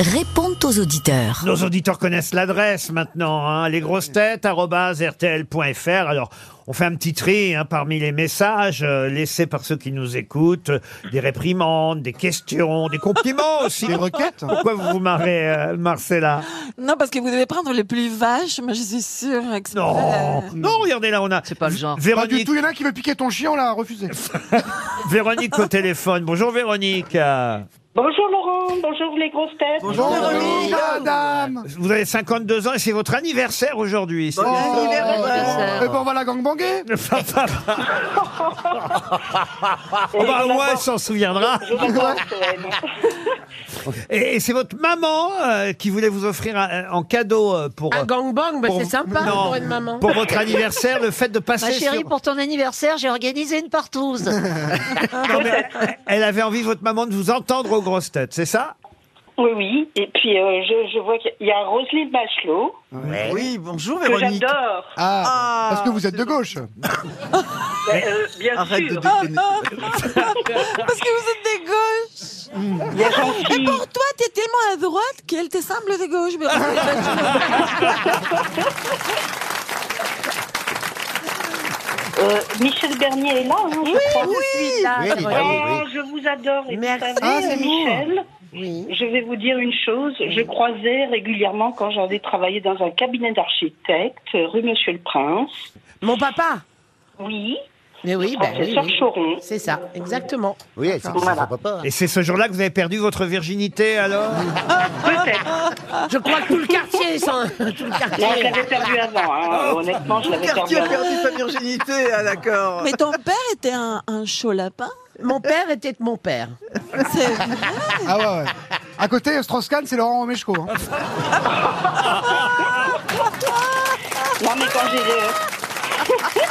répondent aux auditeurs. Nos auditeurs connaissent l'adresse maintenant, hein, lesgrossetêtes.rtl.fr. Alors, on fait un petit tri hein, parmi les messages euh, laissés par ceux qui nous écoutent, euh, des réprimandes, des questions, des compliments aussi. Des requêtes Pourquoi vous vous marrez, euh, Marcella Non, parce que vous devez prendre les plus vaches, mais je suis sûre que c'est- Euh, Non, non, regardez là, on a... C'est pas le genre. Pas du Véronique, tout, il y en a un qui veut piquer ton chien, on l'a refusé. Véronique au téléphone. Bonjour Véronique. Euh, Bonjour Laurent, bonjour les grosses têtes. Bonjour, madame Vous avez 52 ans et c'est votre anniversaire aujourd'hui. c'est- anniversaire. Eh ben, on va la gangbanger Oh bah, au moins, elle s'en souviendra. Je vous embrasse, Joël. Et, et c'est votre maman euh, qui voulait vous offrir un- un- en cadeau euh, pour... Un gangbang, bah, pour- c'est sympa non, pour une maman. Pour votre anniversaire, le fait de passer Ma chérie, sur- pour ton anniversaire, j'ai organisé une partouze. Non, mais elle- elle avait envie, votre maman, de vous entendre aux grosses têtes, c'est ça Oui, oui. Et puis, euh, je, je vois qu'il y a Roselyne Bachelot, Oui, bonjour que Véronique. j'adore. Ah, parce que vous êtes de gauche. Ben, euh, bien Arrête de sûr. Ah, déconner. Parce que vous êtes des gauches. Mm. Il y a Jean-Phi. Pour toi, t'es tellement à droite qu'elle te semble de gauche. mais- Euh, Michel Bernier est là, hein, je crois. Oui, Oh, je vous adore. Et Merci. vous savez, Ah, c'est Michel, Oui. je vais vous dire une chose. Je croisais régulièrement quand j'avais travaillé dans un cabinet d'architecte, rue Monsieur le Prince. Mon papa Oui, Mais oui, bah, oui, professeur oui. Choron. C'est ça, exactement. Oui, elle s'est Voilà. papa. Et c'est ce jour-là que vous avez perdu votre virginité, alors Peut-être. Je crois que tout le quartier, sans... tout le Non, je quartier. l'avais perdu avant. hein. Honnêtement, je l'avais perdu Quartier a avant. perdu sa virginité, ah d'accord. Mais ton père était un, un chaud lapin. Mon père était mon père. C'est- Ah ouais, ouais. À côté, Strauss-Kahn, c'est Laurent Romeshko. hein. Non, mais quand j'ai... euh,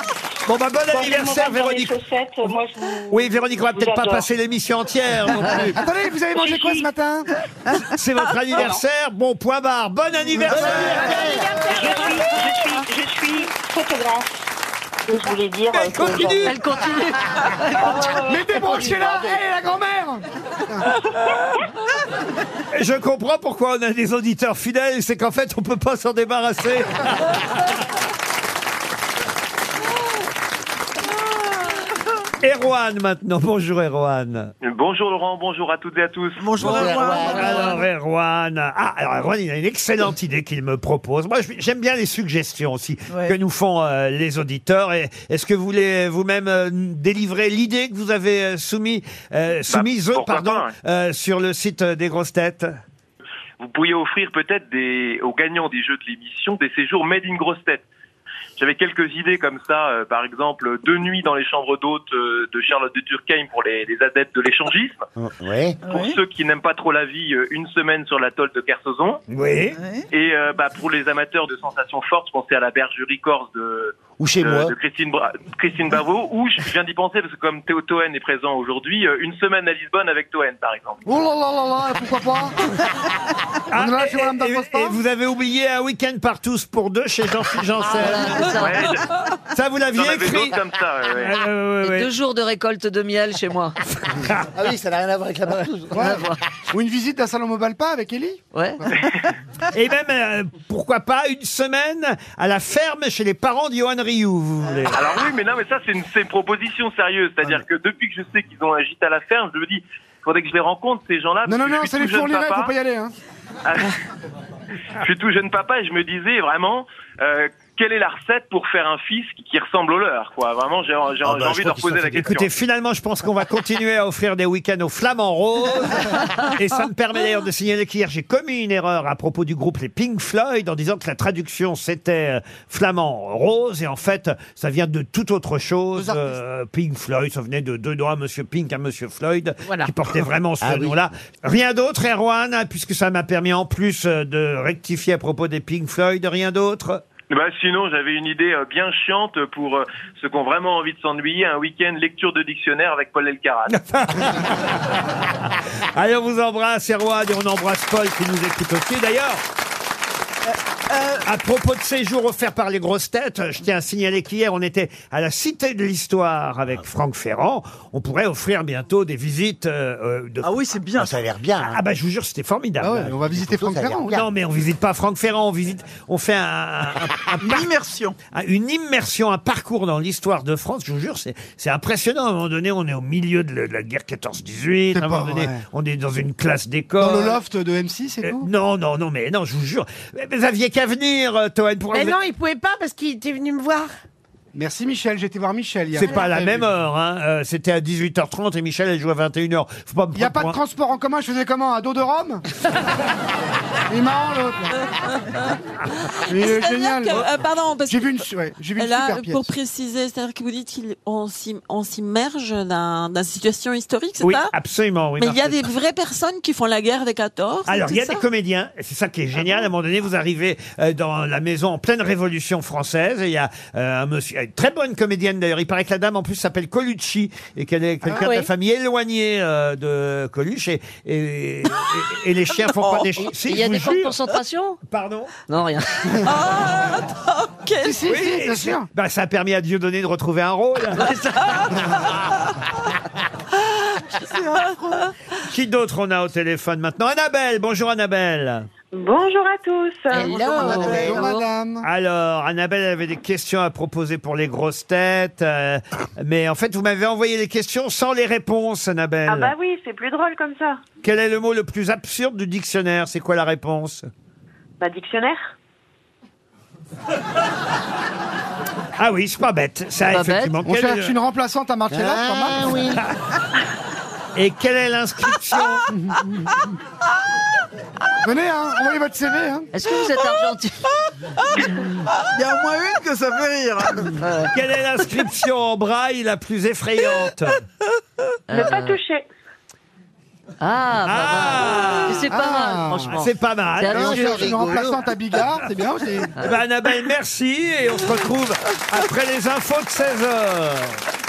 Bon, bah, bon quand anniversaire, j'ai mon doigt dans les Véronique. chaussettes, euh, moi, je vous- Oui, Véronique, on va je vous peut-être pas adore. passer l'émission entière non plus. Attendez, vous avez mangé quoi ce matin C'est votre anniversaire, bon point barre. Bon anniversaire Je suis, je suis, je suis photographe. Et Je voulais dire... euh, Elle que j'en- continue Elle continue. Mais débranchez-la Hé, la grand-mère Je comprends pourquoi on a des auditeurs fidèles, c'est qu'en fait, on peut pas s'en débarrasser. Erwan maintenant, bonjour Erwan. Bonjour Laurent, bonjour à toutes et à tous. Bonjour Bonjour, à moi. Erwan. Alors Erwan, ah, alors Erwan, il a une excellente idée qu'il me propose. Moi, je- j'aime bien les suggestions aussi Ouais. que nous font euh, les auditeurs. Et Est-ce que vous voulez vous-même euh, nous délivrer l'idée que vous avez euh, soumis, euh, soumise, euh, Bah, pourquoi pardon, pas, ouais. euh, sur le site euh, des grosses têtes Vous pourriez offrir peut-être des, aux gagnants des jeux de l'émission des séjours made in grosse tête. J'avais quelques idées comme ça, euh, par exemple deux nuits dans les chambres d'hôtes euh, de Charlotte de Durkheim pour les, les adeptes de l'échangisme. Ouais. Pour ceux qui n'aiment pas trop la vie, euh, une semaine sur l'atoll de Kersozon. Oui. Ouais. Et euh, bah, pour les amateurs de sensations fortes, pensez à la bergerie corse de, Ou chez de- moi. de Christine, Bra- Christine Bravo. Ou je viens d'y penser parce que comme Théo Toen est présent aujourd'hui, euh, une semaine à Lisbonne avec Toen par exemple. Oh là là là là, pourquoi pas Ah, On est là et- chez Madame et- et- Dabrowska et vous avez oublié un week-end par tous pour deux chez Jean-Philippe Janssen. c'est ça. Ouais, Ça, vous l'aviez j'en avais écrit. d'autres comme ça. ouais, Ah ouais. Euh, ouais, ouais, Deux ouais. jours de récolte de miel chez moi. Ah oui, ça n'a rien à voir avec la partouze. Ou une visite d'un salon mobile pas avec Ellie Ouais. Et même, euh, pourquoi pas, une semaine à la ferme chez les parents de Johan Rioux, vous voulez. Alors oui, mais non, mais ça, c'est une, c'est une proposition sérieuse. Ah. C'est-à-dire que depuis que je sais qu'ils ont un gîte à la ferme, je me dis, faudrait que je les rencontre, ces gens-là. Non, non, parce que non, je suis c'est tout les jeune fournirais, papa. faut pas y aller. Hein. Ah, je suis tout jeune papa et je me disais vraiment, euh, quelle est la recette pour faire un fils qui, qui ressemble au leur, quoi. Vraiment, j'ai j'ai- j'ai bah, je crois qu'ils envie de leur poser sont la fait- question. Écoutez, finalement, je pense qu'on va continuer à offrir des week-ends aux flamants roses. Et ça me permet d'ailleurs de signaler qu'hier, j'ai commis une erreur à propos du groupe Les Pink Floyd en disant que la traduction, c'était euh, flamand rose. Et en fait, ça vient de toute autre chose. Euh, Pink Floyd, ça venait de deux doigts, Monsieur Pink à Monsieur Floyd, Voilà. qui portait vraiment ce Ah oui. nom-là. Rien d'autre, Erwan, hein, puisque ça m'a permis en plus euh, de rectifier à propos des Pink Floyd. Rien d'autre Bah, sinon, j'avais une idée euh, bien chiante pour euh, ceux qui ont vraiment envie de s'ennuyer, un week-end lecture de dictionnaire avec Paul Elkarat. Allez, on vous embrasse, Erwan, et on embrasse Paul qui nous écoute aussi. D'ailleurs, À propos de séjours offerts par les grosses têtes, je tiens à signaler qu'hier, on était à la Cité de l'Histoire avec Franck Ferrand. On pourrait offrir bientôt des visites euh, euh, de... Ah oui, c'est bien. Ça a l'air bien. hein. Ah bah je vous jure, c'était formidable. Ah ouais, on va visiter photos, Franck ça a l'air Ferrand. bien. Oh Non, mais on visite pas Franck Ferrand, on visite, on fait un- un- un- un- L'immersion. un- une immersion, un parcours dans l'histoire de France. Je vous jure, c'est c'est impressionnant. À un moment donné, on est au milieu de la, de la guerre 14-18. C'est À un moment pas donné, vrai. on est dans une classe d'école. Dans le loft de M6 et Euh, tout non, non, non, mais non, je vous jure. Mais Vous aviez qu'à venir, euh, Toen. Pour Mais non, il pouvait pas parce qu'il était venu me voir. Merci Michel, j'étais voir Michel hier. c'est pas à la même heure. Hein. Euh, C'était à 18h30 et Michel, elle joue à 21h. Faut pas me Il n'y a pas prendre de pour un- transport en commun, je faisais comment À dos de Rome Il est marrant l'autre. là. Il est C'est-à-dire génial. que, euh, pardon, parce J'ai que vu une, su- ouais, j'ai vu une là, super pièce. pour préciser, c'est-à-dire que vous dites qu'on s'im- on s'immerge d'un- d'une situation historique, c'est Oui, ça absolument. Oui, Mais il y a Marcel. des vraies personnes qui font la guerre des 14 et Ah, Alors, tout il y a ça des comédiens, et c'est ça qui est génial. à un moment donné, vous arrivez euh, dans la maison en pleine révolution française, et il y a euh, un monsieur, une très bonne comédienne d'ailleurs. Il paraît que la dame en plus s'appelle Colucci, et qu'elle est quelqu'un Ah oui. de la famille éloignée euh, de Coluche, et, et, et- et les chiens font pas des chiens. Si, Il y a je des vous camps de jure. concentration Pardon Non, rien. Ah, attends, quel- Si, si, si, bien c'est- sûr. bah, ça a permis à Dieudonné de retrouver un rôle. Qui d'autre on a au téléphone maintenant Annabelle, bonjour Annabelle. Bonjour à tous. euh, Hello. Bonjour madame. Alors, Annabelle avait des questions à proposer pour les grosses têtes, euh, mais en fait, vous m'avez envoyé les questions sans les réponses, Annabelle. Ah bah oui, c'est plus drôle comme ça. Quel est le mot le plus absurde du dictionnaire C'est quoi la réponse Bah dictionnaire. Ah oui, c'est pas bête. Ça, Pas effectivement. On Quel est cherche le- une remplaçante à Marcella, c'est pas mal. Ah oui. Et quelle est l'inscription Venez, hein, envoyez votre CV. Hein. Est-ce que vous êtes argentin Il y a au moins une que ça fait rire. Quelle est l'inscription en braille la plus effrayante Ne pas toucher. Ah, bah, Ah. bah. c'est pas Ah. mal, franchement. C'est pas mal. C'est Et on absurde. cherche une remplaçante à Bigard, c'est bien aussi. Eh ben, Annabelle, merci et on se retrouve après les infos de 16h.